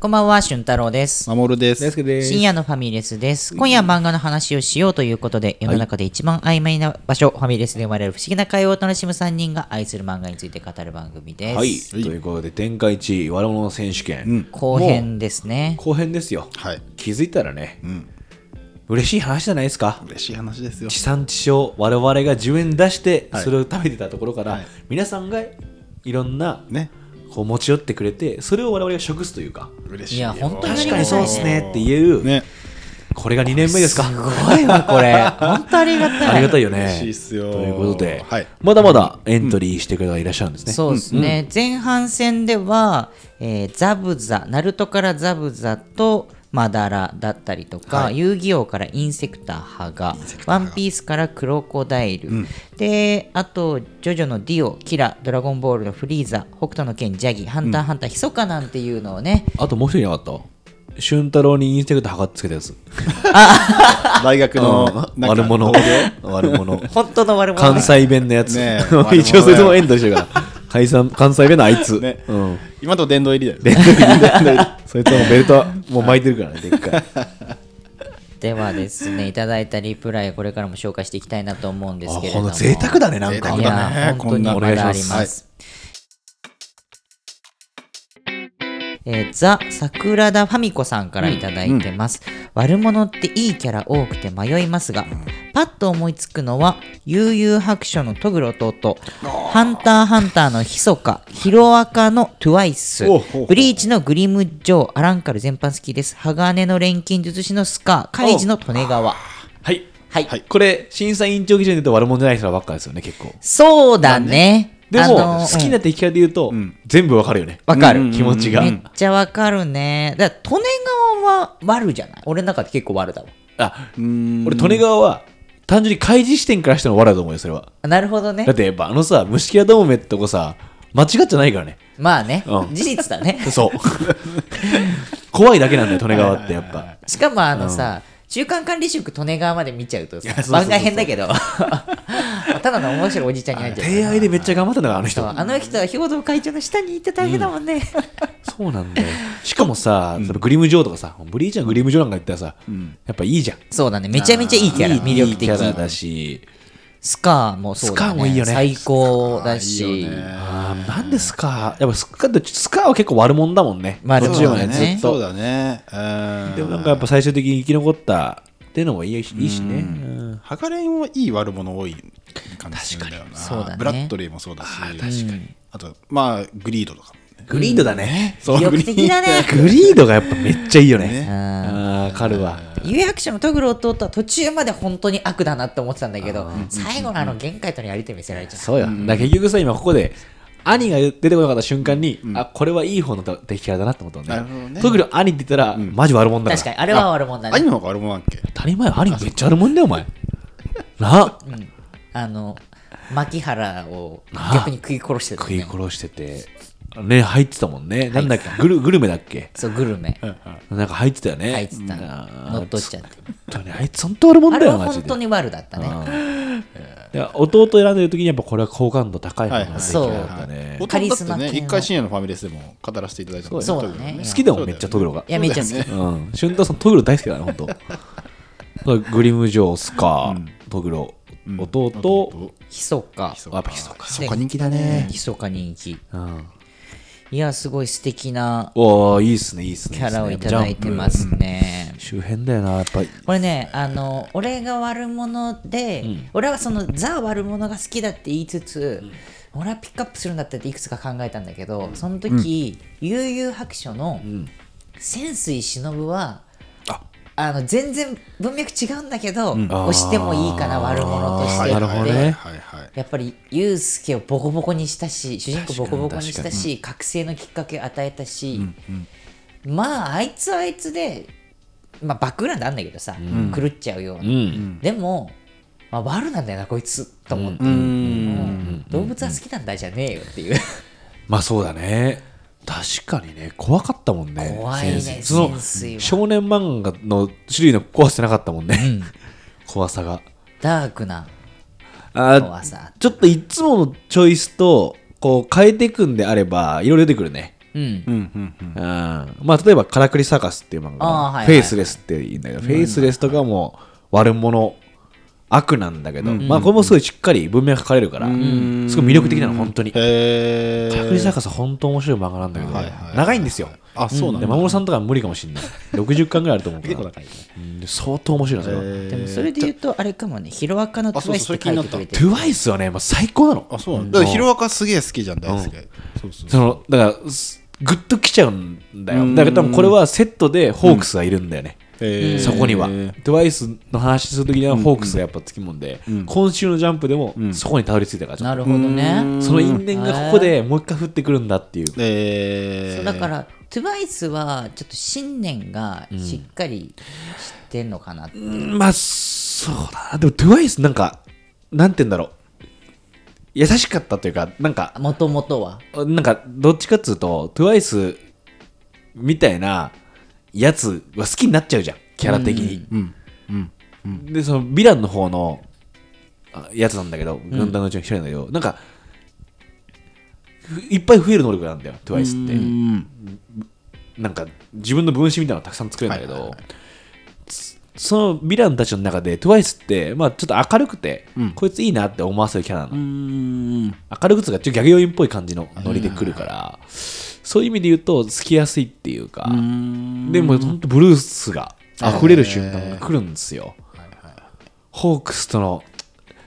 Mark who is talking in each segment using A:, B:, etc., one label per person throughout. A: こんばんは、俊太郎です。
B: マモルです。
C: 大輔です。
A: 深夜のファミレスです。今夜は漫画の話をしようということで、世の中で一番曖昧な場所、ファミレスで生まれる不思議な会話を楽しむ3人が愛する漫画について語る番組です。
C: はい。ということで、天下一悪者選手権、
A: 後編ですね。
C: 後編ですよ。
B: はい。
C: 気づいたらね、嬉しい話じゃないですか。
B: 嬉しい話ですよ
C: 地。産地消、我々が10円出して、
B: はい
C: それを食べてたところから、
B: はい
C: 皆さんがいろんな、
B: ね。
C: こう持ち寄ってくれて、それを我々が食すというか、
B: 嬉しい。
A: いや、本当にあり
C: 確か
A: が
C: に
A: た
C: そう
A: い
C: ですねっていう、
B: ね。
C: これが2年目ですか。
A: すごいわ、これ。本当ありがたい。
C: ありがたいよね。
B: 嬉しいっすよ
C: ということで、
B: はい
C: まだまだエントリーしてくれがいらっしゃるんですね。
A: そうですね、前半戦では、えーザブザナルトからザブザとマダラだったりとか、遊戯王からインセクターハガワンピースからクロコダイル、であとジョジョのディオキラドラゴンボールのフリーザ北斗の剣ジャギハンターハンターヒソカなんていうのを ね、
C: あともう一人いなかった俊太郎にインステクター測ってつけたやつ。
B: 大学の
C: うん悪者。悪者。
A: 本当の悪者ね
C: 関西弁のやつ。
B: ねえ
C: 一応それでもエンドしてるから。解散関西弁のあいつ。
B: ね
C: うん。
B: 今と殿堂入りだよ
C: ベ
B: ね。
C: ルト入れてそいつはもうベルトもう巻いてるからね、でっかい。
A: ではですねいただいたリプライこれからも紹介していきたいなと思うんですけれども
C: だね、ない
A: い
B: 贅沢
A: や
B: だね
A: ー本当に
B: こんなの
A: まだありま。
B: お願いします
A: えーザ・桜田ファミコさんからいただいてます、悪者っていいキャラ多くて迷いますが、パッと思いつくのは悠々白書のトグロ弟ハンターハンターのヒソカヒロアカのトゥワイス
B: おうおう
A: ブリーチのグリム・ジョーアランカル全般好きです鋼の錬金術師のスカーカイジの利根川
C: はい。
A: はい、
B: はい
C: これ、審査委員長基準で言うと悪者じゃない人ばっかですよね、結構。
A: そうだね
C: でも、
A: あのー
C: 好きな敵からで言うと、
B: ん
C: 全部わかるよね。
A: わかる
C: 気持ちが。
A: めっちゃわかるね。だから、利根川は悪じゃない俺の中で結構悪だわ。
C: あ、
B: うん
C: 俺、利根川は、単純に開示視点からしての笑うと思うよ、それは。
A: なるほどね
C: だっ。てやっぱあのさ、虫ケアドーメットがさ、間違ってないからね。
A: まあね、
C: うん
A: 事実だ ね。
C: そう。怖いだけなんだよ、利根川ってやっぱ。
A: しかもあのさ、中間管理職利根川まで見ちゃうとさ
C: やそうそうそう
A: 番外編だけど、 ただの面白いおじちゃんになっちゃう
C: 手合いでめっちゃ頑張ったんだから、あの人
A: そう。あの人は兵藤会長の下にいて大変だもんね。
C: そうなんだよ。しかもさ、そのグリムジョーとかさ、ブリーチャーグリムジョーなんか言ったらさ、やっぱいいじゃん。
A: そうだね、めちゃめちゃいいキャラ、
C: いい
A: 魅力
C: いいキャラ
A: 的。
C: だし、
A: スカーもそうだね。
C: スカーもいいよね
A: 最高だし。
C: あーなんでスカー、やっぱスカーって、スカーは結構悪者だもんね。
A: 悪
C: 途
A: 者
C: 中
B: そう
C: まで
B: だ
C: ず
B: ね
C: っ。
B: そう
C: と。
B: だね。うん
C: でもなんかやっぱ最終的に生き残ったっていうのもいいしいいしね。うん
B: ハガレンはいい悪者多い感じするんだよな。
A: そうだね
B: ブラッドレーもそうだし。確かに。あと、まあ、グリードとかもね。
C: グリードだね。
B: そう
A: 魅力的だね。
C: グリードがやっぱめっちゃいいよね。
B: ね
C: ああ、彼は。
A: 有役者のトグロ弟は途中まで本当に悪だなって思ってたんだけど最後のあの限界とのやり手見せられちゃう
C: そうよ。だから結局さ、今ここで、兄が出てこなかった瞬間に、あ、これはいい方の敵キャラだなって思ったんだ
B: な
C: よ
B: るほどね
C: 特に兄って言ったら、マジ悪者だから。
A: 確かにあれは悪者だ
B: 兄
A: ね
B: の方が悪者なんっけ
C: 当たり前、兄めっちゃ悪者だよ、お前。な、
A: あの牧原を逆に食い殺してたもん
C: 食い
A: ね
C: 殺してて、ね、入ってたもんね。なんだっけ、グルグルメだっけ
A: そうグルメ
C: なんか入ってたよね。
A: 入ってた乗っ取っちゃって
C: た。あいつ本当悪者
A: あ
C: だ
A: れは
C: よ、マジ
A: 本
C: で
A: 当。に悪だったね
C: だから弟選んでる時にやっぱこれは好感度高い方の敵キ
A: そう
C: ャラだったね。
B: 弟
A: カリスマ
B: だっ
A: 系の
B: てね、一回深夜のファミレスでも語らせていただいたもん
A: そうだね
B: トグロ
A: お
C: 好きだもん、めっちゃトグロが
A: い。やめっちゃ好き
C: うん。俊太さん、トグロ大好きだね、ほんと。だからグリムジョー、スカー、トグロ、弟、
A: ひそか
C: ワピスとか。
B: そこ人気だね。
A: ひそか人気
C: うん
A: いやすごい素敵な
C: おー、いいっすね、いいっすね。
A: キャラをいただいてますね
C: す。周辺だよな、やっぱり。
A: これねあの俺が悪者で、俺はそのザ悪者が好きだって言いつつ、俺はピックアップするんだったっていくつか考えたんだけどその時、悠々白書の潜水忍は、あの全然文脈違うんだけど、押してもいいかな悪者として
C: あーなるほどね
B: はいはい。
A: やっぱりユースケをボコボコにしたし主人公ボコボコにしたし覚醒のきっかけ与えたし、まああいつはあいつで、まあ、バックグラウンドあんだけどさ、狂っちゃうような、
C: うん。
A: でも、まあ、悪なんだよなこいつと思って、うん動物は好きなんだじゃねえよっていう、
C: まあそうだね。確かにね、怖かったもんね。
A: 怖いね
C: 先生その
A: 先生は
C: 少年漫画の種類の怖さなかったもんね。 怖さが。
A: ダークな
C: あ
A: 怖さ
C: ちょっといつものチョイスと、こう変えていくんであれば、いろいろ出てくるね。
A: うん
B: う。んうんうん
C: うんまあ、例えば、カラクリサーカスっていう漫画、
A: あーはいはい
C: フェイスレスって言うんだけど、フェイスレスとかも悪者、悪なんだけど、まあ、これもすごいしっかり文明が書かれるから、すごい魅力的なの、本当に。カ
B: へ
C: ラクリサー
B: ー
C: カス本当面白い漫画なんだけど、
B: はいはい
C: 長いんですよ。
B: あそうなん
C: で、
B: だ
C: 守さんとかは無理かもしれ ない。60巻ぐらいあると思うから。
B: 結構高い
C: うんで相当面白いな、それは。
A: でもそれで言うと、あれかもね、ヒロアカのト
B: あ
A: ゥワ
B: そう
A: イス
B: そう
A: って書いてくれて
C: ト
A: る。
C: ゥワイスはね、まあ、最高なの。
B: あそうなんだだからヒロアカすげえ好きじゃん大好きそうそう
C: そのだからすグッときちゃうんだよだから多分これはセットでホークスがいるんだよね、
B: へー
C: そこには、トゥワイスの話するときにはホークスがやっぱつきもんで、今週のジャンプでもそこにたどり着いたからちょっ
A: なるほどね。
C: と、その因縁がここでもう一回降ってくるんだっていう、
B: え
A: そ
B: ー
A: うだから、トゥワイスはちょっと信念がしっかりしてんのかなって。
C: うんまあそうだなでもトゥワイスなんかなんて言うんだろう優しかったというかなんか
A: もともとは。
C: なんかどっちかっつうと TWICE みたいなやつは好きになっちゃうじゃんキャラ的に、でそのヴィランの方のあやつなんだけど軍団のうちの一人なんだけど、なんかふいっぱい増える能力なんだよ TWICE って、なんか自分の分子みたいなのをたくさん作れるんだけど、
B: はいはいは
C: つそのヴィランたちの中で TWICE って、まあ、ちょっと明るくて、こいついいなって思わせるキャラなの、
B: うん
C: 明るくつがちょっとギャグ要因っぽい感じのノリで来るから、そういう意味で言うと好きやすいっていうか、でも本当ブルースが溢れる瞬間が来るんですよ、ホークスとの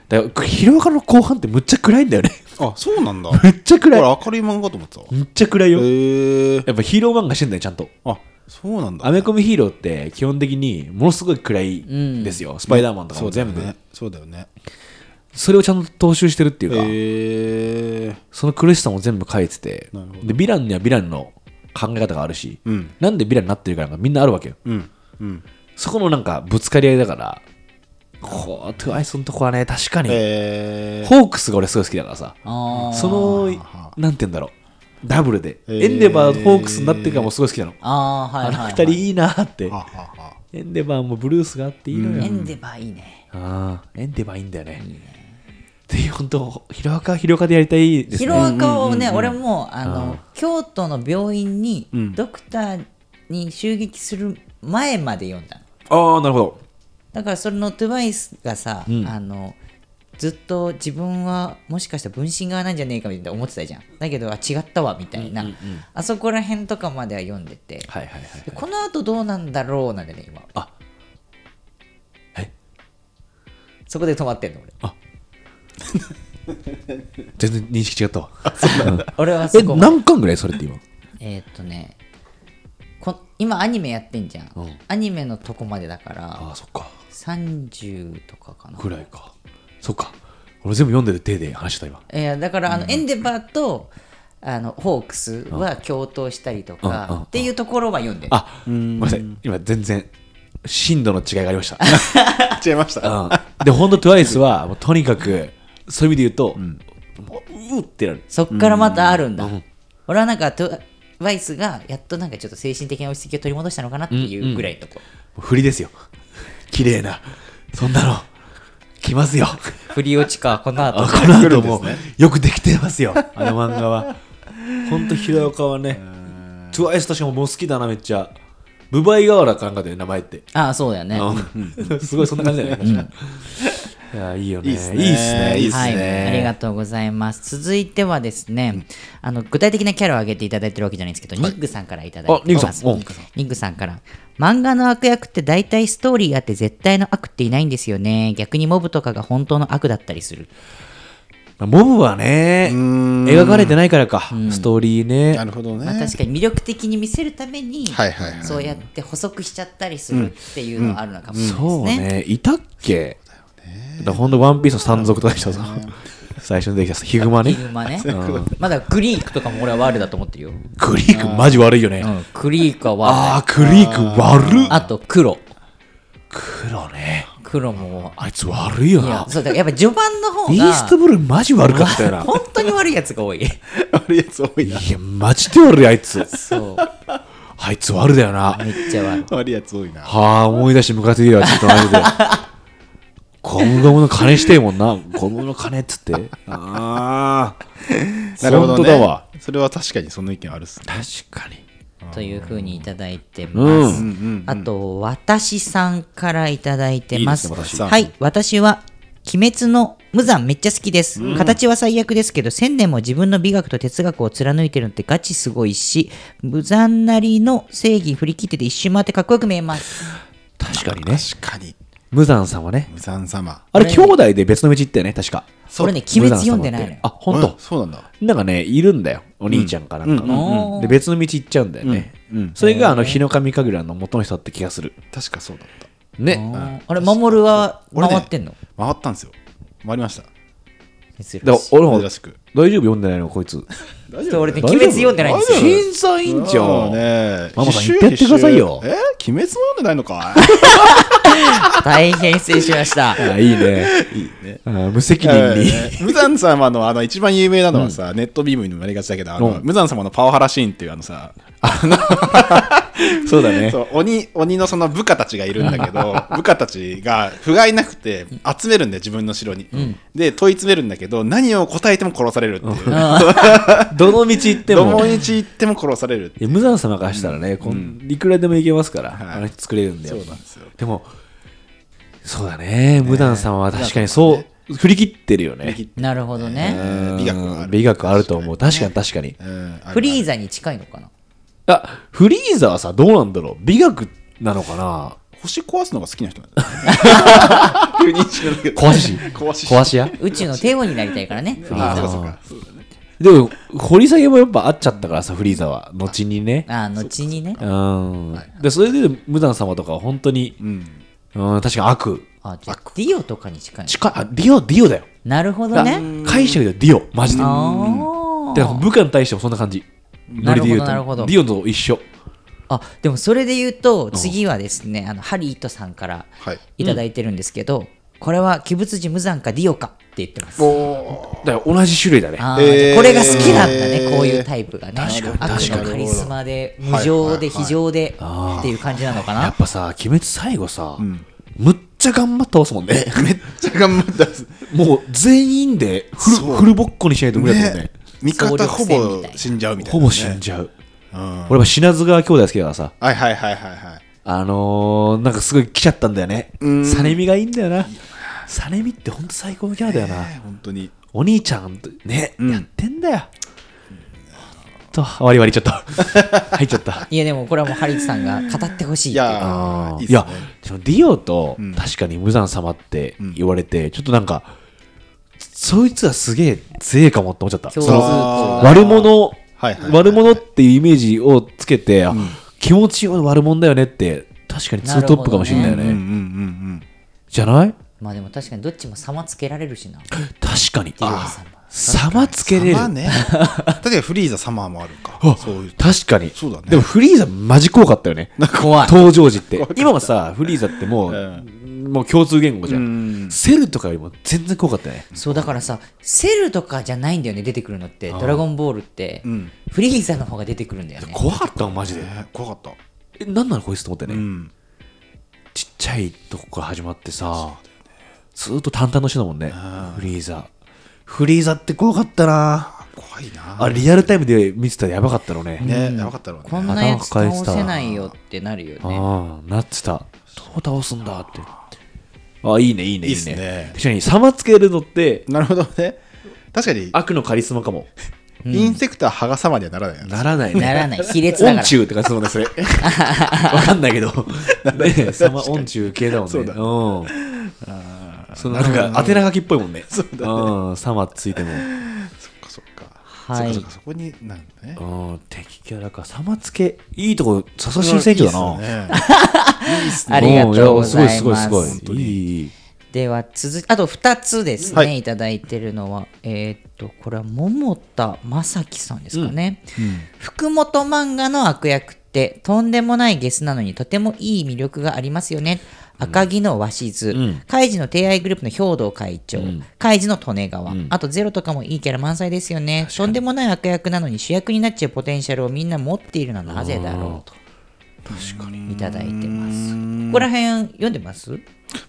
C: だから広岡の後半ってむっちゃ暗いんだよね
B: あそうなんだ
C: むっちゃ
B: これ
C: 暗い
B: 明るい漫画と思ってたわ
C: むっちゃ暗いよ、
B: へえ
C: やっぱヒーロー漫画してんだよちゃんと
B: あそうなんだ
C: アメコミヒーローって基本的にものすごい暗いんですよ、スパイダーマンとか
B: そ
C: も
B: うだよ
C: 全部そ,、
B: ねそうだよね
C: れをちゃんと踏襲してるっていうか、
B: へえ
C: その苦しさも全部書いてて
B: なるほ
C: でヴィランにはヴィランの考え方があるし、
B: うん
C: なんでヴィランになってるかなんかみんなあるわけよ
B: うんうん
C: そこのなんかぶつかり合いだからこうトゥワイスのとこはね確かに、
B: へえ
C: ホークスが俺すごい好きだからさ
A: あー
C: そのなんて言うんだろうダブルで、
B: ー
C: エンデバーとホークスになってるからもうすごい好きなの、
A: あー、はい
C: あ
A: は
C: の
A: い
C: 二人いいなーって、
B: ははは
C: エンデバーもブルースがあっていいのよ、
A: エンデバーいいね。
C: ああエンデバーいいんだよねで本当広岡は広岡でやりたいです
A: ヒ
C: ね
A: ロアカをね、俺もあの京都の病院にドクターに襲撃する前まで読んだの。
C: ああなるほど
A: だからそれの TWICE がさ、あのずっと自分はもしかしたら分身側なんじゃねえかみたいな思ってたじゃんだけどあ違ったわみたいな、あそこら辺とかまでは読んでて、
C: はいはいはい
A: でこの後どうなんだろうなんでね今
C: あえ
A: そこで止まってんの
C: 全然認識違ったわ。
A: 俺俺は
C: え、
A: そこまで
C: 何巻ぐらいそれって今。
A: えーっとねこ今アニメやってんじゃん、アニメのとこまでだから
C: ああ、そっか。
A: 30とかかな
C: ぐらいか。そっか。俺全部読んでる手で話してた今。
A: いやだからあのエンデバーとあのホークスは共闘したりと
C: うんうん
A: かっていうところは読んでる
C: あ、ごめんなさい。今全然、震度の違いがありました。
B: 違いました
C: うん、で、ほんと TWICE は、もうとにかく、そういう意味で言うと、もう、うーってなる。
A: そっからまたあるんだ、俺はなんかトワイスがやっとなんかちょっと精神的な落ち着きを取り戻したのかなっていうぐらいのとこ、
C: もう振りですよ。綺麗な。そんなの、来ますよ。
A: 振り落ちかこの後
C: あこの後も、よくできて ますよ。あの漫画は。ほんと、平岡はね、TWICE 確かもう好きだな、めっちゃ。ブバイガワラかなんかで名前って。
A: ああそうだよね、
C: すごいそんな感じだよね。いや、いいよね。
B: いいっすね
C: いいっすね。
B: いいっす
A: はい、ありが
C: ね。
A: とうございます続いてはですねあの具体的なキャラを挙げていただいてるわけじゃないんですけど、ニッグさんからいただいてます
C: あニッグさんお
A: ニッグさんから漫画の悪役って大体ストーリーがあって絶対の悪っていないんですよね逆にモブとかが本当の悪だったりする
C: モブはね、描かれてないからか。ストーリー
B: な
C: ね。
B: るほど
A: まあ、
B: ね
A: 確かに魅力的に見せるために、
B: はいはいはい
A: そうやって補足しちゃったりするっていうのはあるのかもしれ
C: そう
A: ないですね。
C: ね。いたっけだからほんとワンピースの山賊とかでしたぞ。最初にできたヒグマね。
A: ヒグマね、まだグリークとかも俺は悪だと思ってるよ、
C: クリークマジ悪いよ
A: う
C: ね。
A: ん、グリークは悪
C: あー、クリーク悪っ
A: あと黒
C: 黒ね。
A: 黒も
C: あいつ悪いよ
A: いや
C: な。
A: そうだからやっぱ序盤の方が
C: ビーストブルマジ悪かったよな。
A: 本当に悪いやつが多い
B: 悪いやつ多いない
C: や、マジで悪いあいつ。
A: そう
C: あいつ悪だよな。
A: めっちゃ悪い
B: 悪いやつ多いな
C: はあ、思い出してムカついてるわ、ちょっとマジで。ゴムゴムの金してえもんなゴムの金っつってああ
B: なるほど
C: 本当
B: ね
C: だわ
B: それは確かにその意見あるっすね
C: 確かに
A: というふうにいただいてます。
B: うんうん
A: あと、私さんからいただいてます。
B: いいですね私さん
A: はい、私は、鬼滅の無惨めっちゃ好きです。形は最悪ですけど、千年も自分の美学と哲学を貫いてるのってガチすごいし、無惨なりの正義振り切ってて一周回ってかっこよく見えます。
C: 確かにね
B: 確かに
C: 無惨さんはね
B: 無惨様
C: あれ兄弟で別の道行ったよね確か
A: 俺ね、鬼滅読んでないのよ。
C: あ本当
B: うんそうなんだ
C: なんかねいるんだよお兄ちゃんかなんかが、
A: うんうん
C: で別の道行っちゃうんだよね、それがあの日の神神楽の元の人だって気がする
B: 確かそうだった
C: ね
A: ああれ、守るは
B: 俺ね
A: 回ってんの、
B: 回ったんですよ回りました
A: 珍しい
C: だから俺も
B: 珍しく
C: 大丈夫読んでないのこいつ
A: ちょっと俺ね、 鬼滅読んでないんですよ。
C: 審査委員長
B: そうね
C: ママさ
B: 必
C: ん
B: 修
C: 言ってやってくださいよ
B: 必修え鬼滅も読んでないのか
A: 大変失礼しました。
C: あいいねいいね無責任に、
B: えー無惨様のあの一番有名なのはさ、ネットビームにもなりがちだけどあの、
C: うん
B: 無惨様のパワハラシーンっていうあの さ
C: そうだね
B: そう鬼鬼のその部下たちがいるんだけ ど部下たちが不甲斐なくて集めるんだよ自分の城に、で問い詰めるんだけど何を答えても殺されるっていう
C: どの道行って
B: ど
C: も
B: の道行っても殺される
C: いや無惨様からしたらね、こんいくらでも行けますから、
B: はい
C: あの人作れるんで
B: そうなんですよ
C: でもそうだね無惨様は確かにそう、振り切ってるよ
B: 振り切
C: ね
B: っ
A: なるほどね。
B: 美学があ
C: うん
B: る
C: 美学あると思う確かに確かに、
B: うんある
A: フリーザに近いのかな
C: あフリーザはさどうなんだろう美学なのかな
B: 星壊すのが好きな人なんだよ 急に知らないけど
C: 壊し
B: 壊し
C: 壊しや
A: 宇宙の帝王になりたいからね、フリー
B: あ
A: ザ
B: そう
A: は
B: かそうかそうだね
C: でも掘り下げもやっぱあっちゃったからさフリーザは後にね
A: ああ、後にね。
C: うん、でそれで無惨様とかは本当に、
B: うん
C: うん、確かに悪
A: あじゃあディオとかに近いの
C: 近いあディオディオだよ
A: なるほど
C: だ
A: ね。
C: 解釈でディオマジで
A: あ
C: だから
A: ー
C: 部下に対してもそんな感じノリで言うと
A: なるほどなるほど
C: ディオと一緒
A: あでもそれで言うと次はですねあのハリートさんから
B: はい
A: いただいてるんですけど、これは鬼物寺無惨かディオかって言ってます
C: だから同じ種類だね
A: あー、
B: えー
A: これが好きなんだねこういうタイプがね
B: 確かに
A: 悪
B: 確か
A: の
B: に
A: カリスマで無情で非情でっていう感じなのか
C: や
A: な
C: っぱさ鬼滅最後さ、むっちゃ頑張って倒すもん ね
B: めっちゃ頑張ったっす
C: もう全員でフル
B: そう
C: フルボッコにしないと無理だもんね
B: ね味方ほぼ死んじゃうみたいな
C: ほ
B: ね
C: ぼ死んじゃう、
B: うん
C: 俺は品津川兄弟好きだからさ
B: はいはいはいはいはい
C: あのー、なんかすごい来ちゃったんだよねサネミがいいんだよなサネミってほんと最高のキャラだよな、
B: ね本当に
C: お兄ちゃんとね、やってんだよほんと割り割り ちょっと入っちゃった
A: いやでもこれはもうハリートさんが語ってほしいっ
B: い
A: ていう
B: やーいいっ
C: い
B: すね
C: やでもディオと確かに無惨様って言われて、ちょっとなんかそいつはすげえ強えかもって思っちゃった
A: 共
C: そ
A: 通項
B: あ
C: の
B: ー
A: が
C: 悪者、
B: はいはいはい
C: 悪者っていうイメージをつけて、あ気持ちは悪者だよねって確かにツートップかもしれないよね
B: うんうんうん
C: じゃない
A: まあでも確かにどっちも様つけられるしな
C: 確かに
A: ディオさんも
C: 様つけ
B: うん
C: れる
B: まあね例えばフリーザサマーもあるか
C: あ
B: そういう
C: 確かに
B: そうだね
C: でもフリーザマジ怖かったよね
A: 怖い
C: 登場時って今はさフリーザってもう、もう共通言語じゃん、
B: うん
C: セルとかよりも全然怖かったね
A: そうだからさセルとかじゃないんだよね出てくるのって「ドラゴンボール」って、
B: ん
A: フリーザの方が出てくるんだよね
C: 怖かったわマジで
B: えー怖かっ
C: え何なのこいつと思ってね、
B: たうん
C: ちっちゃいとこから始まってさ、ずーっと淡々の人だもんねフリーザフリーザって怖かったな
B: 怖いな
C: あリアルタイムで見てたらやばかったのね
B: ねやばかったろう
A: こん
B: ね
A: なやつ
C: 頭抱
A: 倒
C: えてた
A: せないよってなるよね
C: ああなってたどう倒すんだってあいいねいいね
B: いい
C: いいね
B: っすね
C: 確かに様つけるのって
B: なるほどね確かに
C: 悪のカリスマかも
B: インセクター剥がさまにはならないよね
C: ならないね
A: ならない卑劣だ
C: 音
A: から
C: 中って感じだもん ねそれわかんないけど ね様音中系だもんね
B: そうだ
C: んそのなんか宛名書きっぽいもんねそうだね様ついても
B: そっかそっか
A: はい
B: そっかそっかそこになんだね
C: うん、敵キャラか、様付け、いいとこ、佐々木選手だな。
B: な
A: ありがとうございます
C: んやすごい、す
A: 本
C: ごい、すごい。いい。
A: では続きあと2つですね、、
B: はい
A: ただいてるのはえーっとこれは桃田正樹さんですかね、福本漫画の悪役ってとんでもないゲスなのにとてもいい魅力がありますよね赤城の鷲津、カイジの提愛グループの兵道会長、カイジの利根川、あとゼロとかもいいキャラ満載ですよねとんでもない悪役なのに主役になっちゃうポテンシャルをみんな持っているのはなぜだろうと確かにいただいてますここら辺読んでます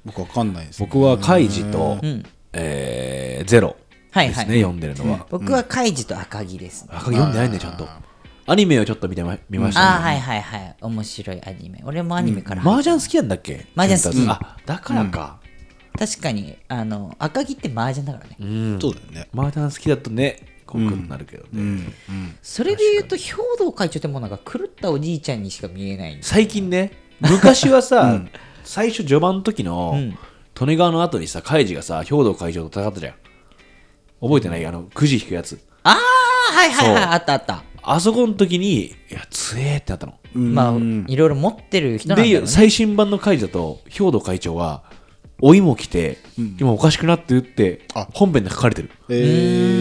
B: 僕わかんないです、
C: 僕はカイジと、
A: ん
C: えーゼロ
A: はい
C: で
A: は
C: す
A: い
C: ね、読んでるのは、
A: 僕はカイジと赤城ですね
C: あ読んでないねちゃんとアニメをちょっと見てま見まし
A: あ
C: た
A: あ
C: ね
A: はいはいはい面白いアニメ俺もアニメから入っ
C: 麻雀好きなんだっけ
A: 麻雀好き
C: ケンタズあだからか、
A: 確かにあの赤城って麻雀だからね、
B: そうだよね
C: 麻雀好きだとねコンクになるけどね、
A: それで言うと兵道会長ってもうなんか狂ったおじいちゃんにしか見えないんです
C: 最近ね昔はさ、最初序盤の時の、利根川の後にさカイジがさ兵道会長と戦ったじゃん覚えてないあのくじ引くやつ
A: ああはいはいはい
C: そう
A: あったあった、
C: あそこの時にいや強えってなったの
A: まあいろいろ持ってる人なんだろう
C: で
A: ね
C: 最新版の会だと兵頭会長は老いも来て、今おかしくなってるって
B: あ
C: 本編で書かれてる
B: え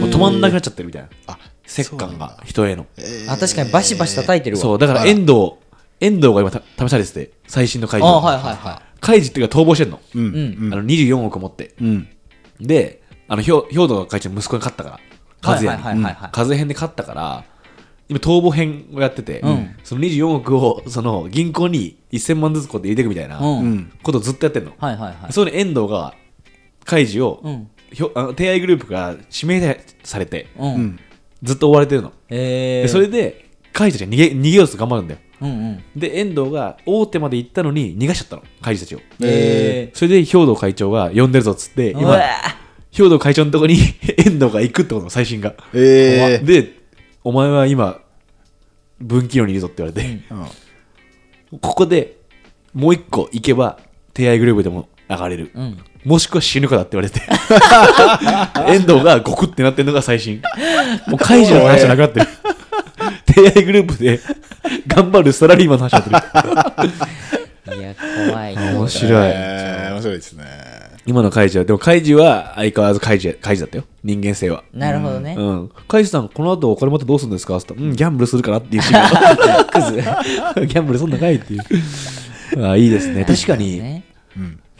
B: ー、
C: もう止まんなくなっちゃってるみたいな
B: あ
C: 折感が人への
A: あ確かにバシバシ叩いてるわ、
C: そうだから遠藤遠藤が今た試されてて最新の会
A: あ
C: 場
A: あはいはいは
C: カイジっていうか逃亡してんの,、
B: うん
C: あの24億持って、
B: うん
C: であの兵兵頭会長の息子に勝ったから和也に、
A: はいはいはいはいはい
C: うん和也編で勝ったから今逃亡編をやってて、
A: ん
C: その24億をその銀行に1000万ずつこうやって入れていくみたいな
A: うん
B: うん
C: ことをずっとやってんの、
A: いはいはいはい
C: それで遠藤がカイジを、
A: ん
C: ひょあの手合いグループが指名されて
A: うん、
B: うん
C: ずっと追われてるの、
A: えー、
C: でそれでカイジたちが逃げ逃げようと頑張るんだよ
A: うんうん
C: で遠藤が大手まで行ったのに逃がしちゃったのカイジたちを
A: え
C: それで兵頭会長が呼んでるぞっつって
A: ー、うわ
C: 今兵頭会長のとこに 遠藤が行くってことの最新が、
B: えー
C: でお前は今分岐路にいるぞって言われて、
B: うん
C: ここでもう一個行けば手合いグループでも上がれる、
A: ん
C: もしくは死ぬかだって言 われて遠藤がゴクってなってるのが最新もう怪獣の話じゃなく なってる手合いグループで頑張るサラリーマンの話になってる
A: いや怖い
C: 面
A: い
C: 白い、
B: えー、面白いですね
C: 今の怪獣はでも怪獣は相変わらず怪獣怪獣だったよ人間性は
A: なるほどね、
C: うん、カイジさん、この後お金持ってどうするんですかって言ったら、うん、ギャンブルするから っていうシーンクズギャンブルそんなかいっていう。あいいですね。確かに、
A: ね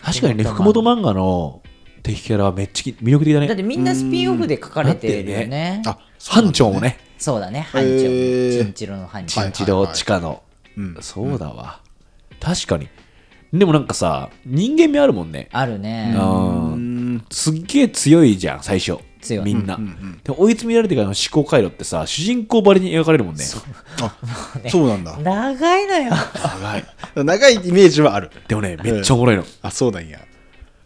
C: 確かにね、福本漫画の敵キャラはめっちゃ魅力的だ
A: だっ
C: ね。
A: てみんなスピンオフで書かれてるよね
C: うんだ
B: あ
C: 班長もね、
A: そうだね班長、
B: えー
A: チンチロの班長、
B: はい
C: 新一郎地下の。そうだわ。確かに。でもなんかさ、人間味あるもんね。
A: あるね
C: うんすっげえ強いじゃん、最初。
A: 強い
C: みんな。でも追い詰められてからの思考回路ってさ、主人公ばりに描かれるもんね。
B: あそうなんだ
A: 長いのよ
C: 長い。
B: 長いイメージはある
C: でもね、めっちゃおもろいの。
B: あそうなんや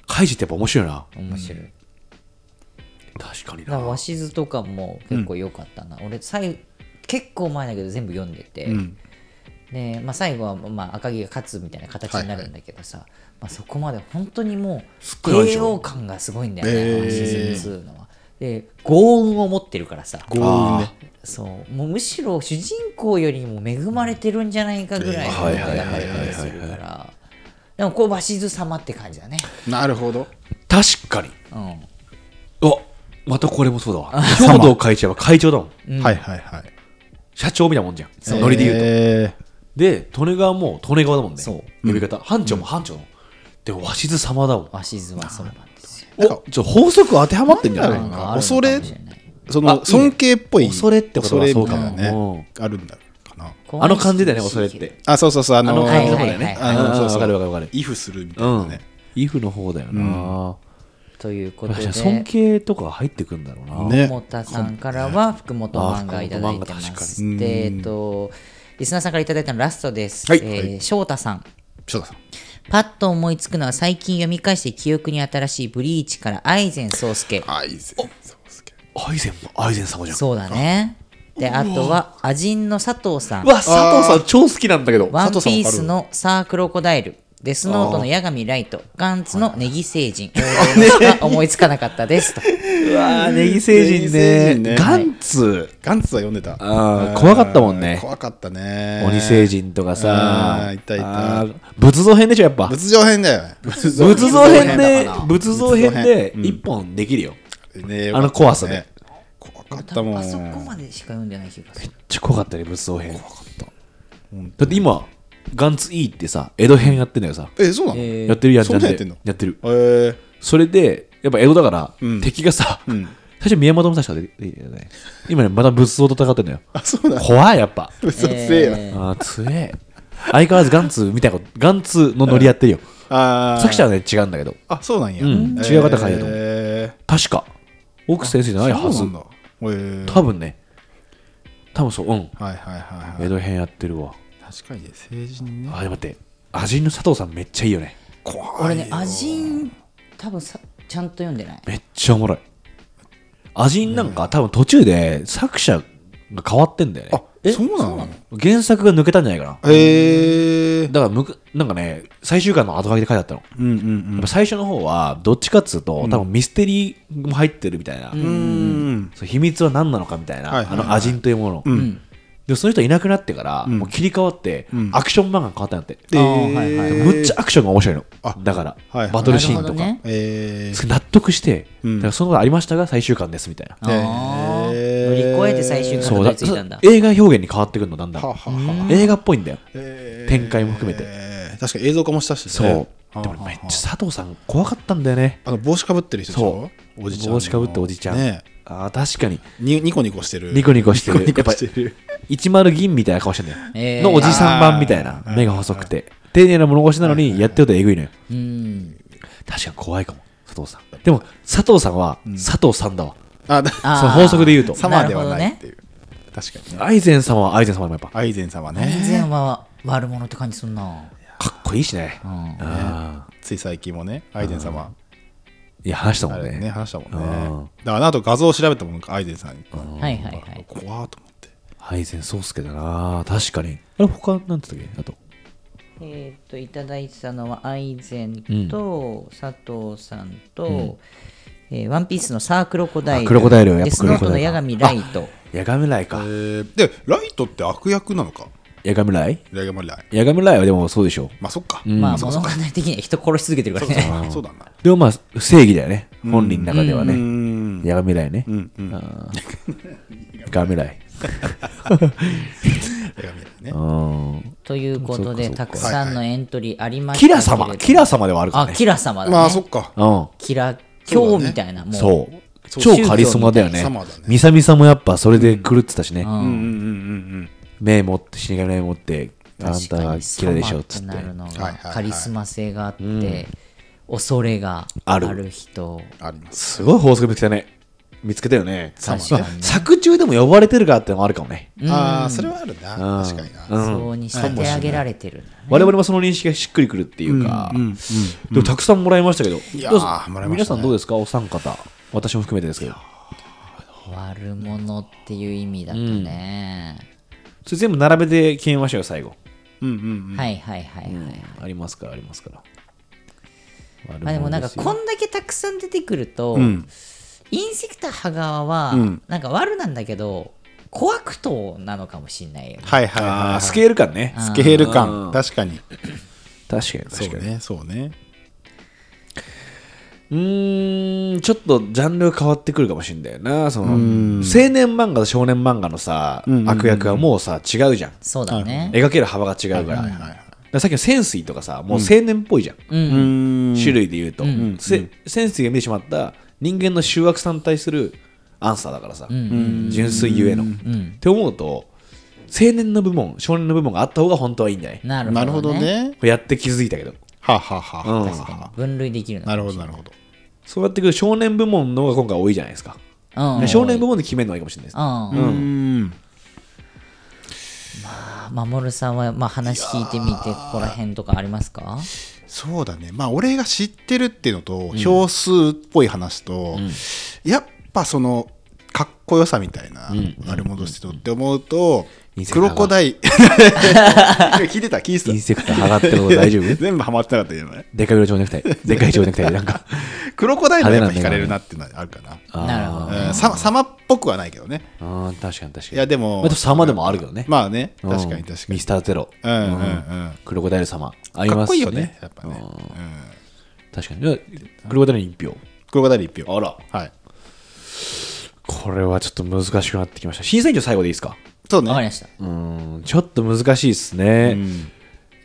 C: カイジってやっぱ面白いな。
A: 面白い
C: 確かに
A: だから
C: な。
A: 鷲津とかも結構良かったな、俺最後結構前だけど全部読んでて、
B: ん
A: でまあ、最後は、まあ、赤城が勝つみたいな形になるんだけどさ、まあ、そこまで本当にも
C: すっ
A: う
C: ごい相性
A: KO 感がすごいんだよね、
B: えー
A: シーズン2のは。で幸運を持ってるからさ
B: 幸運ね
A: そうもうむしろ主人公よりも恵まれてるんじゃないかぐらいの
C: はいはいはい
A: 描か
C: はい
A: れ
C: はい
A: たりするからでもこう鷲津様って感じだね、
B: なるほど
C: 確かに。
A: うん、
C: うわ、またこれもそうだわ。兵道会長は会長だもん。
B: はいはいはい。
C: 社長みたいなもんじゃん。ノリで言うと。
B: 言う
C: で、利根川も利根川だもんね。
A: そう
C: 呼び方。班長も班長だもん。で、鷲津様だもん。
A: 鷲津はそうなんですよ
C: お、ちょっと法則当てはまってんじゃ
B: な
C: ない
B: ん
A: なん
B: だ
A: か
B: ろう
A: あ
B: な
A: る
B: 恐
A: のかも
B: れ
A: しれない
B: その尊
C: あいいね
B: 敬っぽい
C: 恐れってことはそうかも
B: 恐れみたいなねあるんだろうかな
A: 怖
C: あ
A: い
C: の感じだよね、
A: し
C: 恐れって。
B: あそうそうそうあ
C: あ
B: の
C: の
B: ー
C: 感じの
A: は
C: 方
A: いはいはい
C: だよね。
A: はい
C: あ
B: あの
C: の
B: そう
C: わ
B: そう
C: かるわかるわかる。
B: イフするみた
C: う
B: いなんね。。
C: イフの方だよな。
A: ということ
C: 確か
A: で
C: に尊敬とか入ってくんだろうな。
B: ね
A: 桃田さんからは福本漫画いただいてま
C: あ福本漫画確
A: す
C: か
B: に
A: でえっとリスナーさんからいただいたのラストです、
B: はい
A: えー翔太さん
B: 翔太さん。
A: パッと思いつくのは最近読み返して記憶に新しいブリーチからアイゼン宗介
B: あいいぜ。そうすけ
C: アイゼンも、アイゼン様じゃん。
A: そうだねであとはアジンの佐藤さん
C: うわ、佐藤さん超好きなんだけど。
A: ワン
B: 佐藤さん
A: ピー
B: わかる
A: スのサークロコダイルデスノートの矢神ライトガンツのネギ星 人が思いつかなかったですと
C: うわーネギ星
B: ネギ
C: 人
B: 星
C: ね
B: 人ね
C: ガンツ、
B: ガンツは読んでた。
C: あー怖かったもんね
B: 怖かったね。
C: 鬼星。人とか
B: あ
C: さ
B: ーいたいた
C: あー仏像編でしょやっぱ
B: 仏像編だよね。仏
C: 仏像編で仏
B: 仏
C: 像
B: 像
C: 編
B: 編
C: で一本できるよ、
B: ね
C: あの怖さね。
B: 怖かったもん。
A: あそこまでしか読んでない気がする
C: めっちゃ怖かったね仏像編だって今ガンツ E ってさ江戸編やってんだよさ、
B: え、そうなの
A: えー
C: やってるやん
B: そんなんやってんの
C: やってる
B: え
C: それでやっぱ江戸だから、敵がさ、
B: ん
C: 最初宮本武蔵とか出てきたよね今ねまた仏像と戦ってんだよ
B: あ、そうなの
C: 怖いやっぱ
B: 嘘つえよ。
C: あー強え相変わらずガンツみたいなことガンツのノリやってるよ
B: あー
C: 作者はね違うんだけど
B: あそうなんや、
C: うん
B: えー
C: 違う方書いたと思う
B: え
C: 確か奥先生じゃ
B: ー
C: ないはず
B: そうなんだえー
C: 多分ね多分そううん
B: はいはいはい
C: 江
B: はい
C: 戸編やってるわ
B: 確かにね成人ね
C: あでも待って味の佐藤さんめっちゃいいよね
B: 怖いよ
A: 俺ね味ん多分さちゃんと読んでない
C: めっちゃおもろい味なんか多分途中で作者が変わってんだよね
B: あそうなの
C: 原作が抜けたんじゃないかな
B: えー
C: だからむくなんかね最終回の後書きで書いてあったの
B: うんうん
C: やっぱ最初の方はどっちかっつうと、多分ミステリーも入ってるみたいな、
B: うん
C: そう秘密は何なのかみたいな、
B: はいはいはい
C: あのアジンというもの、
B: うん
A: ん
C: でもその人いなくなってから、もう切り替わって、アクション漫画に変わったんだって、
B: えー
A: あーはいはい
C: むっちゃアクションが面白いの
B: あ
C: だから、
B: はいはい
C: バトルシーンとか、
A: なるほどね
B: えー
C: 納得して、
B: ん
C: だからそのことありましたが最終巻ですみたいな、
A: あー
B: えー
A: 乗り越えて最終
C: そ
A: 巻
C: う
A: たど
C: だ
A: り着いたんだ
C: そう映画表現に変わってくるのだんだん、
B: はあはあは
C: 映画っぽいんだよ、
B: えー
C: 展開も含めて、
B: えー確かに映像化もしたしね
C: そうでもめっちゃ佐藤さん怖かったんだよね
B: あの帽子かぶってる人でしょ
C: そう
B: おじちゃんの
C: 帽子かぶっておじちゃん、
B: ね
C: あー確かに
B: にニコニコしてる
C: ニコニコしてる
B: ニコニコしてる
C: 10銀みたいな顔してんだよ、
A: えー
C: のおじさん版みたいな目が細くて丁寧な物腰なのにやってるとえぐいのよ
A: うん
C: 確かに怖いかも佐藤さんでも佐藤さんは佐藤さんだわ、
B: あだ
A: あー
C: その法則で言うと
B: サマーではないっていう確かにね
C: アイゼンさんはアイゼン様でもやっぱ
B: アイゼン様
A: 以
B: ね
A: 前は悪者って感じすんな
C: かっこいいしね、あ
B: つい最近もねアイゼン様
C: ーいや話したも
B: あ
C: ん
B: れ
C: ね
B: ね話したもんね
C: うん
B: だからあと画像を調べたもんアイゼンさんに
A: はいはいはい
B: 怖ーと思って
C: アイゼン宗介だな確かにあれ他なんて言ったっけあと
A: えっといただいてたのはアイゼンと佐藤さんとえーワンピースのサークロコダイ
C: あクロコダイルやっぱ
A: デスノートの矢神ライト
C: ヤガムライか
B: えーでライトって悪役なのか
C: ヤガムライ
B: ライガマライ
C: ヤガムライはでもそうでしょ
B: まあそっか
A: まあ物語的には人殺し続けてるからね
B: あそうだな
C: でもまあ正義だよね本人の中では
B: うー
C: ね
B: ん
C: ヤガムライね、
B: うんうん
C: ヤガムライ
B: ライガマライね
C: うん
A: ということで、たくさんのエントリーありました
C: キ
A: けれど
C: ラ様キラ様ではあるから
A: あ、
C: ね
A: キラ様だね。
B: まあそっか
C: うん
A: キラ教みたいな、もう。
C: そう。
A: そう
C: 超カリスマだよね
B: 宗教みたいな。
C: ミサミサもやっぱそれで狂ってたしね。
B: うんうんうん
C: 目持って、死神持って、あん
A: 確
C: た
A: か
C: が
A: に
C: 嫌いでしょっつっ
A: 様な。
C: て
A: るの
B: はいはい
A: が
B: はい
A: カリスマ性があって、恐れがあ
C: ある
A: る人。
B: あります
C: すごい法則見つけたね。見つけたよね。
A: 確かにね
C: まあ作中でも呼ばれてるからってのもあるかもね。
B: ああそれはあるな
C: うん
B: 確かにな
A: そうに仕立て上げられてるんだね。
C: 我々もその認識がしっくりくるっていうか、でもたくさんもらいましたけど、
B: いやー
C: どうぞ
B: もらいましたね
C: 皆さんどうですかお三方。私も含めてですけど。
A: 悪者っていう意味だとね。
C: それ全部並べて決めましょうよ、最後。
B: うんうん
A: はいはいはいはい。
C: ありますから、ありますから。
A: まあでもなんかこんだけたくさん出てくると、インセクター羽川は、なんか悪なんだけど、怖くとなのかもしんないよね。
B: はいはい
C: あ
B: は
C: ー
B: い
C: スケール感ね。
B: スケール感確かに
C: 確かに
B: そう
C: 確かに。
B: ねそうね
C: うーんちょっとジャンルが変わってくるかもしれないよなその青年漫画と少年漫画のさ、悪役はもうさ違うじゃん
A: そうだね。
C: 描ける幅が違うから,、だからさっきの潜水とかさもう青年っぽいじゃん、
B: うん
C: 種類で言うと、せ潜水が見てしまった人間の醜悪さに対するアンサーだからさ、純粋ゆえの、って思うと青年の部門少年の部門があった方が本当はいいんじゃない
A: なるほどね。
B: なるほどね
C: やって気づいたけど
B: はあはあはあはあ
C: 確
B: は
A: 分類できるの
B: あなるほどなるほど
C: そうやってくると少年部門の方が今回多いじゃないですか、
A: うん、
C: 少年部門で決めるのはいいかもしれないです、
A: う
B: うんん
A: 守さんは、まあ、話聞いてみてここら辺とかありますか
B: そうだねまあ俺が知ってるっていうのと票数っぽい話とやっぱそのかっこよさみたいな悪者してるって思うと
C: いいです
B: ク
C: ね
B: ロコダイ 聞いてた聞いてた
C: インセクター剥がってこと大丈夫
B: 全部ハマってなかったじゃない
C: でかい蝶ネクタイ。でかい蝶ネクタイでなんか。
B: クロコダイルがやっぱ惹かれるなっていうのはあるかな
A: なるほど
B: うんさ様っぽくはないけどね
C: ああ、確かに確かに。
B: いやでも
C: まあ、様でもあるけどね。
B: まあね
C: うん
B: 確かに確か
C: ミ
B: に
C: スターゼロ。
B: うんうんうん
C: クロコダイル様。あり
B: か
C: ま
B: っこ
C: す
B: いい
C: し
B: よ
C: ね
B: ね。やっぱねうん
C: 確かに。じゃあクロコダイルに一票。
B: クロコダイル一票
C: あら
B: はい
C: これはちょっと難しくなってきました。審査員長最後でいいですか
B: そう
A: わかりま
B: ね
A: した
C: うーん、ちょっと難しいですね。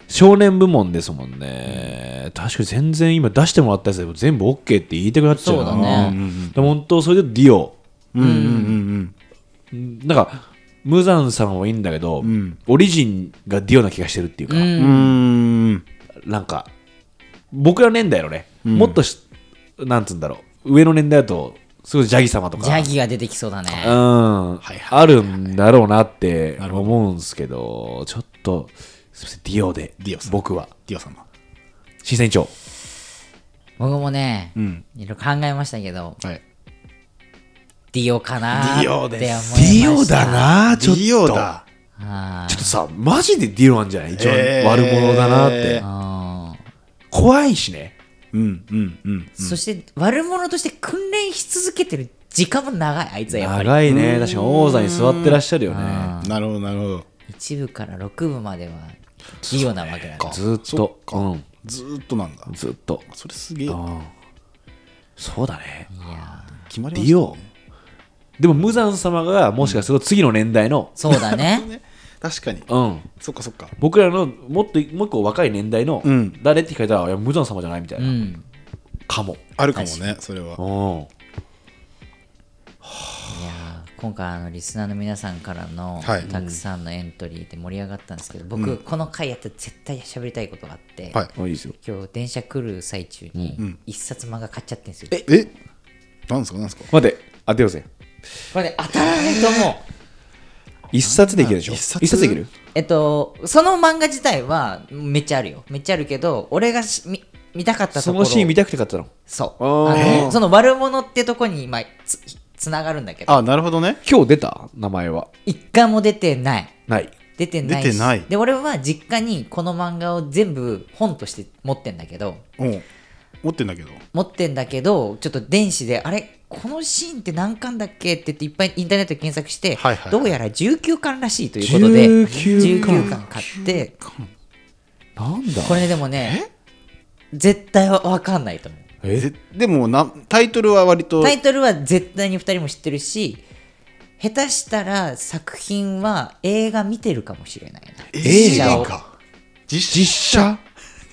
C: 少年部門ですもんね。確かに全然今出してもらったやつでも全部 OK って言いたくなっちゃうな。
A: そうだねうん
C: でも本当、それでディオ。
B: うんうんうん
C: なんか、無惨さんはいいんだけど、オリジンがディオな気がしてるっていうか、
B: うんうーん
C: なんか、僕らの年代のね、もっとしなんつうんだろう上の年代だとすごいジャギ様とか
A: ジャギが出てきそうだね
C: うん、あるんだろうなって思うんですけどちょっとすいませんディオで
B: ディオさん
C: 僕は
B: ディオさんは
C: 審査委員長
A: 僕もね、
B: ん
A: いろいろ考えましたけど
B: はい
A: ディオかな
B: ディオで
A: です
B: す
C: ディオだなちょっと
B: ディオだ
A: あ
C: ちょっとさマジでディオなんじゃない一番
B: えー
C: 悪者だなって、
A: ーあー
C: 怖いしね
B: うんうんうん
A: そして悪者として訓練し続けてる時間も長いあいつはやっぱり
C: 長いね確かに王座に座ってらっしゃるよね
B: なるほどなるほど
A: 1部から6部まではディオなわけだから
C: ずーっとうん
B: ずーっとなんだ
C: ずっと
B: それすげえ
C: そうだね
A: いやー
B: 決まり
C: デ
B: ました
C: ィオでも無惨様がもしかすると次の年代の
A: そうだ ね
B: ね確かに
C: うん
B: そっかそっか
C: 僕らのもっともう一個若い年代の
B: うん
C: 誰って聞かれたらいや無惨様じゃないみたいうなんかも
B: あるかもねそれは
C: うん
A: いやー今回あのリスナーの皆さんからの
B: はい
A: たくさんのエントリーで盛り上がったんですけど、僕この回やって絶対喋りたいことがあって、
B: はい
C: あいいですよ
A: 今日電車来る最中に一冊漫画買っちゃってんですよ、
B: えなんですかなんですか
C: 待って当てようぜ
A: これね当たらないと思う
C: 一冊できるでしょ
B: 一冊
C: 一冊できる
A: えっとその漫画自体はめっちゃあるよめっちゃあるけど俺がし見見たかったと
C: そ
A: ころ
C: のシーン見たくて買ったの
A: そう
C: あ
A: あ
C: ー
A: のその悪者ってとこに今つつながるんだけど
B: あなるほどね
C: 今日出た名前は
A: 一回も出てない
C: ない
A: 出てないし
B: 出てない
A: で俺は実家にこの漫画を全部本として持ってんだけど
B: うん持ってんだけど
A: 持ってんだけどちょっと電子であれこのシーンって何巻だっけって言っていっぱいインターネットで検索して、
B: はいはいはい
A: どうやら19巻らしいということで
C: 19巻
A: 巻買って
C: なんだ
A: これでもね絶対は分かんないと思う
B: えでもなタイトルは割と
A: タイトルは絶対に2人も知ってるし下手したら作品は映画見てるかもしれないな
B: 映
A: 実写
B: 画
A: を
B: か実
C: 実
B: 写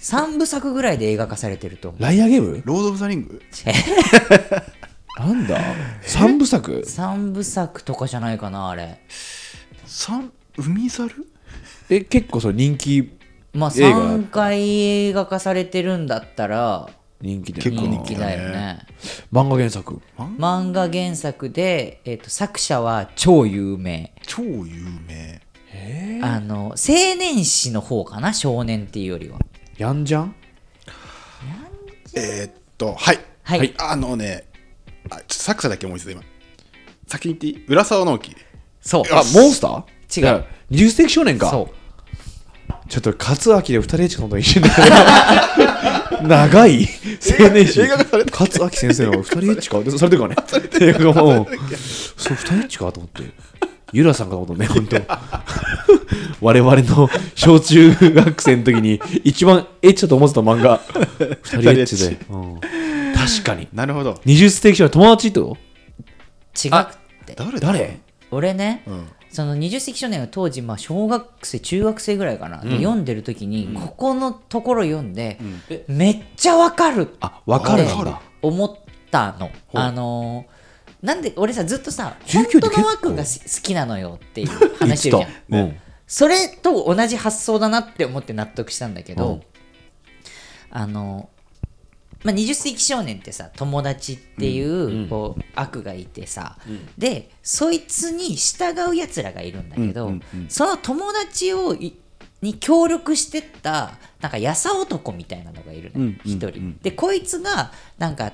C: 写
A: 3部作ぐらいで映画化されてると思う
C: ライアーゲーム
B: ロード・オブ・ザ・リング
C: なんだ 三部作
A: 3部作とかじゃないかなあれ
B: 三海猿
C: え結構それ人気
A: まあ
C: 映画
A: 3回映画化されてるんだったら
C: 人気で
B: 結構
A: 人気だよね
C: 漫画原作
A: 漫画原作で、えっと作者は超有名
B: 超有名
A: あの青年誌の方かな少年っていうよりは
C: やんじゃん
B: えーっとはい
A: はい、
C: はい
B: あのねあちょっと作者だけ思いついた今先に言っていい浦沢直樹
A: そう
C: あモンスター
A: 違う
C: だから二十世紀少年か
A: そう
C: ちょっと勝明で二人エッチのと一緒 に長い青年誌
B: 映画化された
C: 勝明先生の二人エッチかでそれとかね映画がもうそう二人エッチかと思ってゆらさんかと思ったね本当 我々の小中学生の時に一番エッチだと思ってた漫画二人エッチで、うん確かに
B: なるほど
C: 二十世紀少年友達ってこ
A: 違くて
B: 誰
C: と
B: だ
C: 誰
A: 俺ね、
B: ん
A: その20世紀少年は当時まあ小学生中学生ぐらいかな、で読んでる時にここのところ読んで、めっちゃわかるって
C: あ分かるなんだ
A: 思ったの。あのーなんで俺さずっとさ「本当
C: 19で結構
A: の枠がす好きなのよ」って いう話してるじゃん。
C: うん
A: それと同じ発想だなって思って納得したんだけど、
C: うん
A: あの、まあ、20世紀少年ってさ友達っていう,、こう悪がいてさ、でそいつに従うやつらがいるんだけど、その友達をいに協力してったなんかやさ男みたいなのがいるの
B: ん
A: 一、人。でこいつがなんか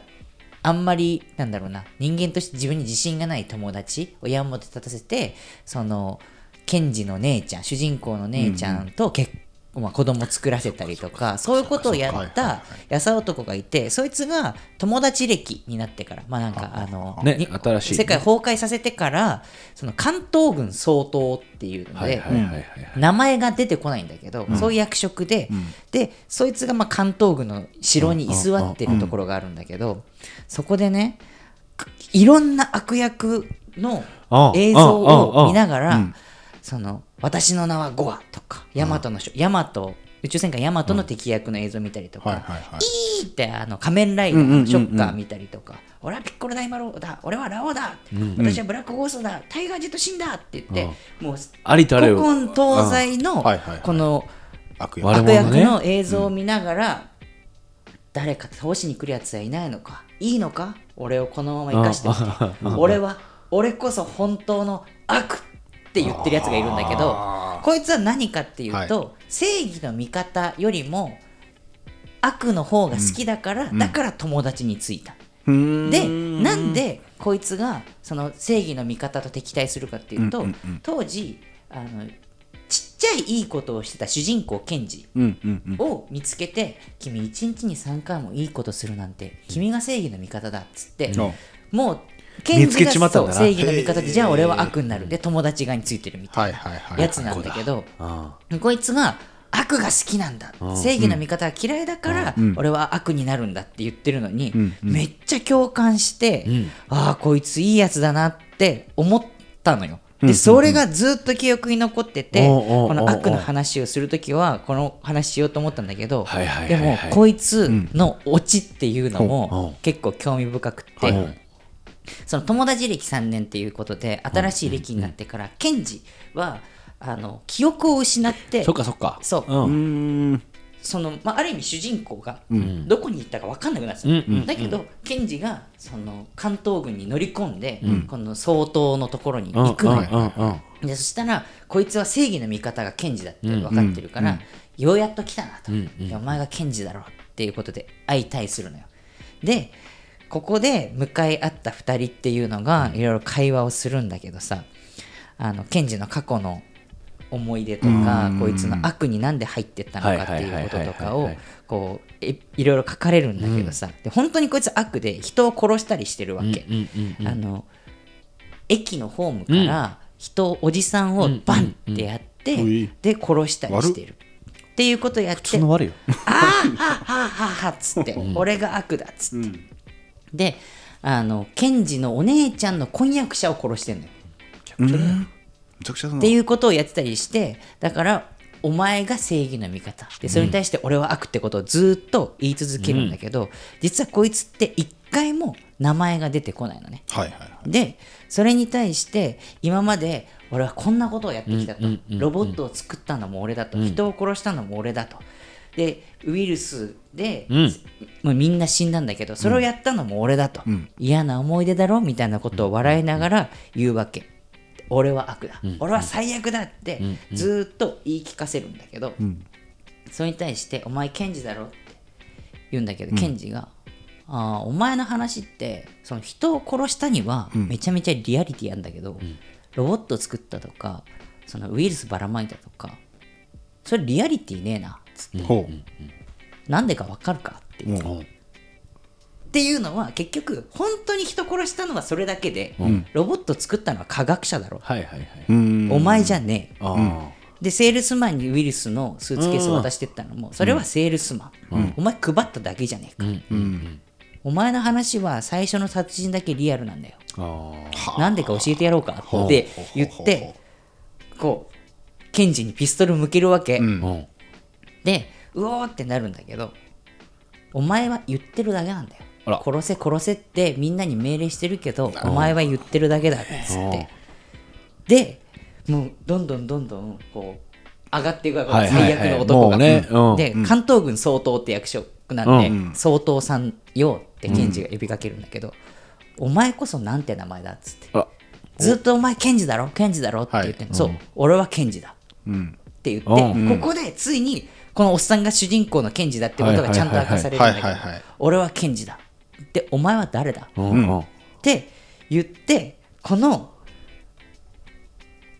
A: あんまりなんだろうな人間として自分に自信がない友達を山本立たせてその検事の姉ちゃん主人公の姉ちゃんと結、まあ、子供作らせたりとかそういうことをや
B: はい
A: っ
B: はい
A: た優男がいてそいつが友達歴になってからまあなんかあの、
C: ね
A: に
C: 新しいね
A: 世界崩壊させてからその関東軍総統っていうの
C: はい
A: で
C: はいはいはい
A: 名前が出てこないんだけど、そういう役職で、でそいつがまあ関東軍の城に居座ってるところがあるんだけど、そこでねくいろんな悪役の
C: ああ
A: 映像
C: ああああ
A: を見ながら、その私の名はゴアとかヤマトの書ヤマト宇宙戦艦ヤマトの敵役の映像見たりとか、
B: はいはいはい
A: ピーってあの仮面ライダーのショッカー見たりとか、俺はピッコロ大魔王だ俺はラオウだ、私はブラックゴーストだタイガージェットシンだって言って、もう
C: ありとあらゆる
A: 古今東西の
B: んはいはいはい
A: この
B: 悪
C: 悪
B: 役
A: 悪
C: 者の
A: 役
C: ね
A: の映像を見ながら、誰か倒しに来るやつはいないのかいいのか俺をこのまま生かしておけ俺は俺こそ本当の悪って言ってるやつがいるんだけどこいつは何かっていうと、正義の味方よりも悪の方が好きだから、だから友達についた。でなんでこいつがその正義の味方と敵対するかっていうと、
B: うんうんう
A: 当時あのちっちゃいいいことをしてた主人公ケンジ
B: うんうんうん
A: を見つけて「君一日に3回もいいことするなんて君が正義の味方だ」っつって、
B: うん
A: もうケン
C: 見つ
A: ジ
C: け
A: が
C: ちまった
A: そ
C: んだ
A: う
C: な
A: 正義の味方でじゃあ俺は悪になるで友達側についてるみた
B: はい
A: い
B: はいは
A: ないやつなんだけど。
C: あ
A: こいつが悪が好きなんだ、
C: うん
A: 正義の味方が嫌いだから、
B: うん
A: 俺は悪になるんだって言ってるのに、
B: んうん
A: めっちゃ共感して、
C: ん
A: ああこいついいやつだなって思ったのよ。でそれがずっと記憶に残ってて、
C: おうおうおう
A: この悪の話をする時はこの話しようと思ったんだけど、
C: はいはい
A: で
C: はい
A: も
C: はい
A: こいつのオチっていうの
C: うんうん
A: も結構興味深くて、
B: はいはい
A: その友達歴3年っていうことで新しい歴になってから、ケンジはあの記憶を失って
C: そっかそっか
A: そう
B: うー
C: ん
B: ん
A: その、まあ、ある意味主人公がどこに行ったか分かんなくなってた、
C: うんうんうん
A: だけどケンジがその関東軍に乗り込んで、この総統のところに
C: うんうん
A: 行くのよ、
C: うんうん
A: でそしたらこいつは正義の味方が検事だって分かってるから、ようやっと来たなと、でお前が検事だろっていうことで相対するのよでここで向かい合った2人っていうのがいろいろ会話をするんだけどさあの検事の過去の思い出とかこいつの悪になんで入ってったのかっていうこととか
C: はいはいはいはい
A: を
C: はい
A: こうえいろいろ書かれるんだけどさ、で本当にこいつ悪で人を殺したりしてるわけ、
C: うんうん
A: あの駅のホームから人、おじさんをバンってやって、
B: うんうんうん
A: で殺したりしてるっていうことやっ
C: 普通
A: て
C: の悪いよ
A: 「あーはあはあはあはあ」っつって「俺が悪だ」っつって、であの検事のお姉ちゃんの婚約者を殺してんのよ
B: めちゃくちゃだな
A: っていうことをやってたりしてだからお前が正義の味方でそれに対して俺は悪ってことをずっと言い続けるんだけど、実はこいつって一回も名前が出てこないのね
B: はいはいはい
A: でそれに対して今まで俺はこんなことをやってきたと、ロボットを作ったのも俺だと、人を殺したのも俺だとでウイルスで、まあ、みんな死んだんだけどそれをやったのも俺だと、嫌な思い出だろみたいなことを笑いながら言うわけ。俺は悪だ、俺は最悪だってずーっと言い聞かせるんだけど、それに対して「お前検事だろ」って言うんだけど、検事が「ああお前の話ってその人を殺したにはめちゃめちゃリアリティあるんだけど、ロボット作ったとかそのウイルスばらまいたとかそれリアリティねえな」つって
B: ほう
A: 「なんでかわかるか」って言って
C: うん
A: っていうのは結局本当に人殺したのはそれだけで、ロボット作ったのは科学者だろ、
C: はいはいはい
A: お前じゃねえ
C: あ
A: でセールスマンにウイルスのスーツケースを渡してったのもそれはセールスマン、お前配っただけじゃねえか、お前の話は最初の殺人だけリアルなんだよ
C: ーあー
A: なんでか教えてやろうかって言ってこうケンジにピストル向けるわけ、
C: うん
A: でうおーってなるんだけどお前は言ってるだけなんだよ
C: あら
A: 殺せ殺せってみんなに命令してるけどお前は言ってるだけだっつってでもうどんどんどんどんこう上がっていくわけ、
C: はいはいはい
A: 最悪の男が、
C: もうねうん
A: で関東軍総統って役職なんで、総統さんよって検事が呼びかけるんだけど、お前こそなんて名前だっつって
C: あら
A: ずっとお前検事だろ検事だろって言ってんの、そう、俺は検事だ、って言って、
C: う
A: ここでついにこのおっさんが主人公の検事だってことがちゃんと明かされるんだけど、
B: はいはいはいはいはいはい
A: 俺は検事だでお前は誰だ
C: う
A: っ
C: んうん
A: て言ってこの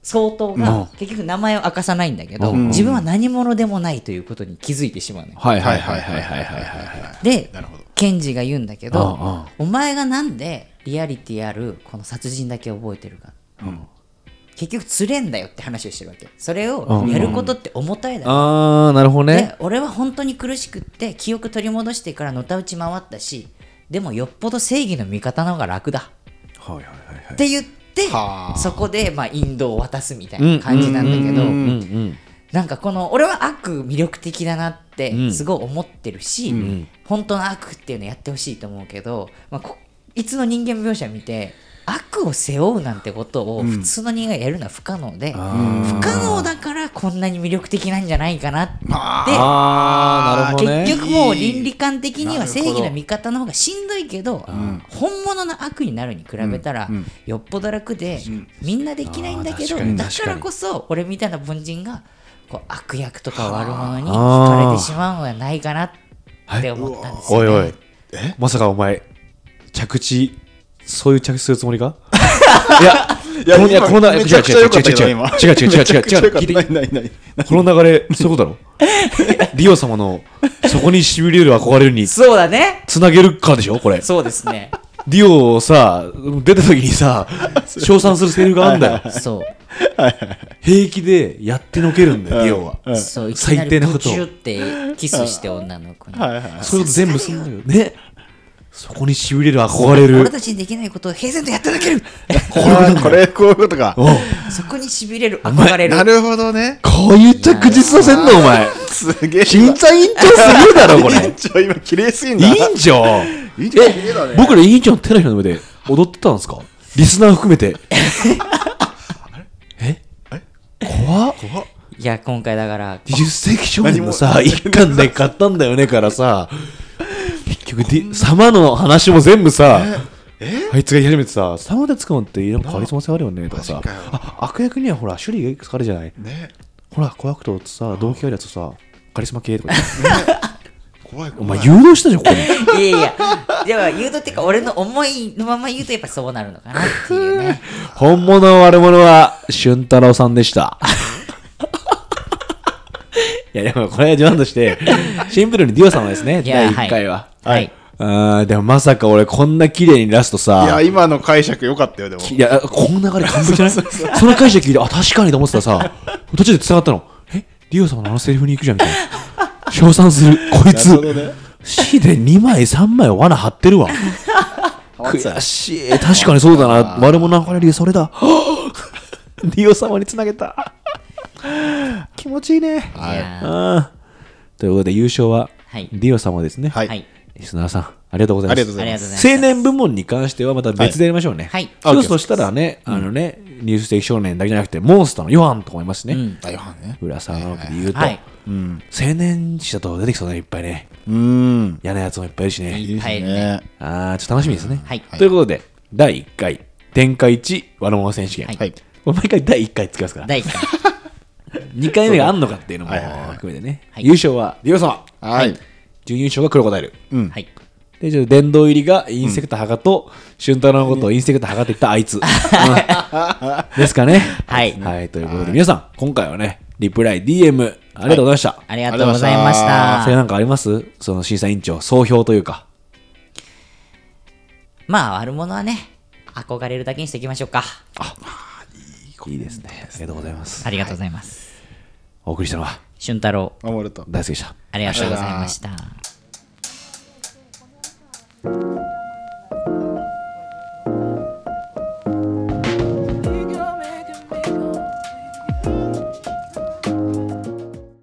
A: 総統
C: うん
A: が結局名前を明かさないんだけど、
C: うん
A: 自分は何者でもないということに気づいてしまうのよ、
C: はいはいはいはいはいはいはい
A: で
B: なるほど
A: 検事が言うんだけど、
C: うんうん
A: お前がなんでリアリティあるこの殺人だけ覚えてるか、結局釣れんだよって話をしてるわけそれをやることって重たいだろ、
C: ああなるほどね
A: で俺は本当に苦しくって記憶取り戻してからのたうち回ったしでもよっぽど正義の味方の方が楽だ
C: はいはいはいはい
A: って言って
B: はあ
A: そこでまあインドを渡すみたいな感じなんだけど、
C: うんうん
A: なんかこの俺は悪魅力的だなってすごい思ってるし、本当の悪っていうのやってほしいと思うけど、まあ、こいつの人間描写見て悪を背負うなんてことを普通の人間がやるのは不可能で、不可能だからからこんなに魅力的なんじゃないかなって、
B: ま
C: あーなるほどね
A: 結局もう倫理観的には正義
C: なるほ
A: の
C: ど
A: 味方の方がしんどいけど、本物の悪になるに比べたら、よっぽど楽で、みんなできないんだけど
C: あー確かに
A: だ
C: 確
A: か
C: からに
A: こそ俺みたいな凡人がこう悪役とか悪者に惹かれてしまうのではないかなって思ったんですよ、
C: おい
A: ね。
C: おい
B: え
C: まさかお前着地そういう着地するつもりかいやいやいや
B: 今
C: こんな違う違
B: め
C: う
B: ちゃくちゃ
C: 違う
B: 良かったけど
C: 違う違う違う違う違う違う
B: 今
C: 聞いて
B: ないないない
C: この流れそういう ことだろリオ様のそこにしびれる憧れるに
A: そうだね。
C: つなげるかでしょこれ
A: そうですね。
C: ディオをさ、出た時にさ、称賛するセリフがあるんだよ。
A: そう。
C: 平気でやってのけるんだよ、ディオは。
A: そういきな
C: 最
A: り
C: 低な
A: ブ
C: こと
A: チ
C: を。
A: ュってキスして女の子に。
B: はいはい
C: そういうこと全部すんだよ。ね。そこにしびれる憧れ
A: 俺
C: る。
A: たちにできないことを平然とやっていただける
B: これこういうことか
C: おう
A: そこにしびれる憧れる
B: なるほどね
C: こういう着地させんの、お前。
B: すげえ
C: 審査委員長すげえだろ、これ。
B: 委員長今綺麗すぎん
C: 委
B: だ
C: 員長
B: 員長綺麗だね
C: 僕ら委員長の手のひらの上で踊ってたんですかリスナー含めて。え怖っ。
A: いや今回だから
C: 20世紀少年のさ、一巻で買ったんだよねからさ、結局で、様の話も全部さ、あいつが言い始めてさ、様で使うのってなんか変わりそうな性あるよねとかさ
B: マジかよ、
C: あ悪役にはほら、種類がいくつかあるじゃない。
B: ね
C: ほら、怖くとさ、動機あるやつさ、カリスマ系とか言って、
B: 怖い怖
C: お
B: い
C: 前誘導したじゃん、ここに。
A: いやいやでは言うとっていうか俺の思いのまま言うとやっぱそうなるのかなっていうね
C: 本物の悪者は、俊太郎さんで した。いや、でもこれは冗談として、シンプルにディオさんはですね、
A: いや
C: 第1回は。
A: はい
C: あーでもまさか俺こんな綺麗にラスト
B: いや
C: さ
B: 今の解釈良かったよでも
C: いやこの流れ完璧じゃないその解釈聞いてあ確かにと思ってたらさ途中で繋がったのえリオ様のあのセリフに行くじゃんみたいな称賛するこいつ
B: なるほどね
C: C で2枚3枚罠張ってるわ悔しい確かにそうだな悪者の流れそ れだリオ様に繋げた気持ちいい
A: い
C: ね
A: やー
C: あーということで優勝は
A: はい
C: ディオ様ですね
B: はい
A: はい
C: リスナーさんありがとうござい
B: あ
C: ま
B: り
C: す
B: がとうござ
A: あ
B: い
A: りが
B: ます
A: とうござい
C: 青年部門に関してはまた別でやりましょうね。
A: はい
C: そ
B: は
C: う
B: い
C: そしたらね、あのね、ニュース的少年だけじゃなくて、モンスターのヨハンとかもいますしね。
B: 大ファンね
C: 浦沢直樹で言うと、
A: ますはい
C: 青年記者と出てきそうだね、いっぱいね。
B: うーん
C: 嫌なやつもいっぱいいるしね。
B: いいです
A: はい
B: ね
C: あー、ちょっと楽しみですね。
A: はい
C: ということで、第1回、天下一悪者選手権。
A: はい
B: はい
C: これ毎回第1回つきますから、
A: 第1回
C: 2回目があんのかっていうのも
B: はいはいはい
C: 含めてね。
A: はい
C: 優勝は、リオ様。
B: はい
C: 準優勝がクロコダイル。
B: うん
A: はい
C: で、ちょっと殿堂入りがインセクタハガと、俊太郎のことをインセクタハガって言った あいつ。うんですかね。
A: はい
C: はい、ということで、皆さん、今回はね、リプライ、DM、ありがとうございました。
A: ありがとうございまし
C: それ
A: た
C: なんかありますその審査委員長、総評というか。
A: まあ悪者はね憧れるだけにしていきましょうか
C: いいですね。ありがとうございます。
A: ありがとうございます
C: お送りしたのは、
A: 俊太郎
B: 守ると
C: 大好きでした。
A: ありがとうございました